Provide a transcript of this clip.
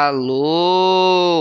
Alô!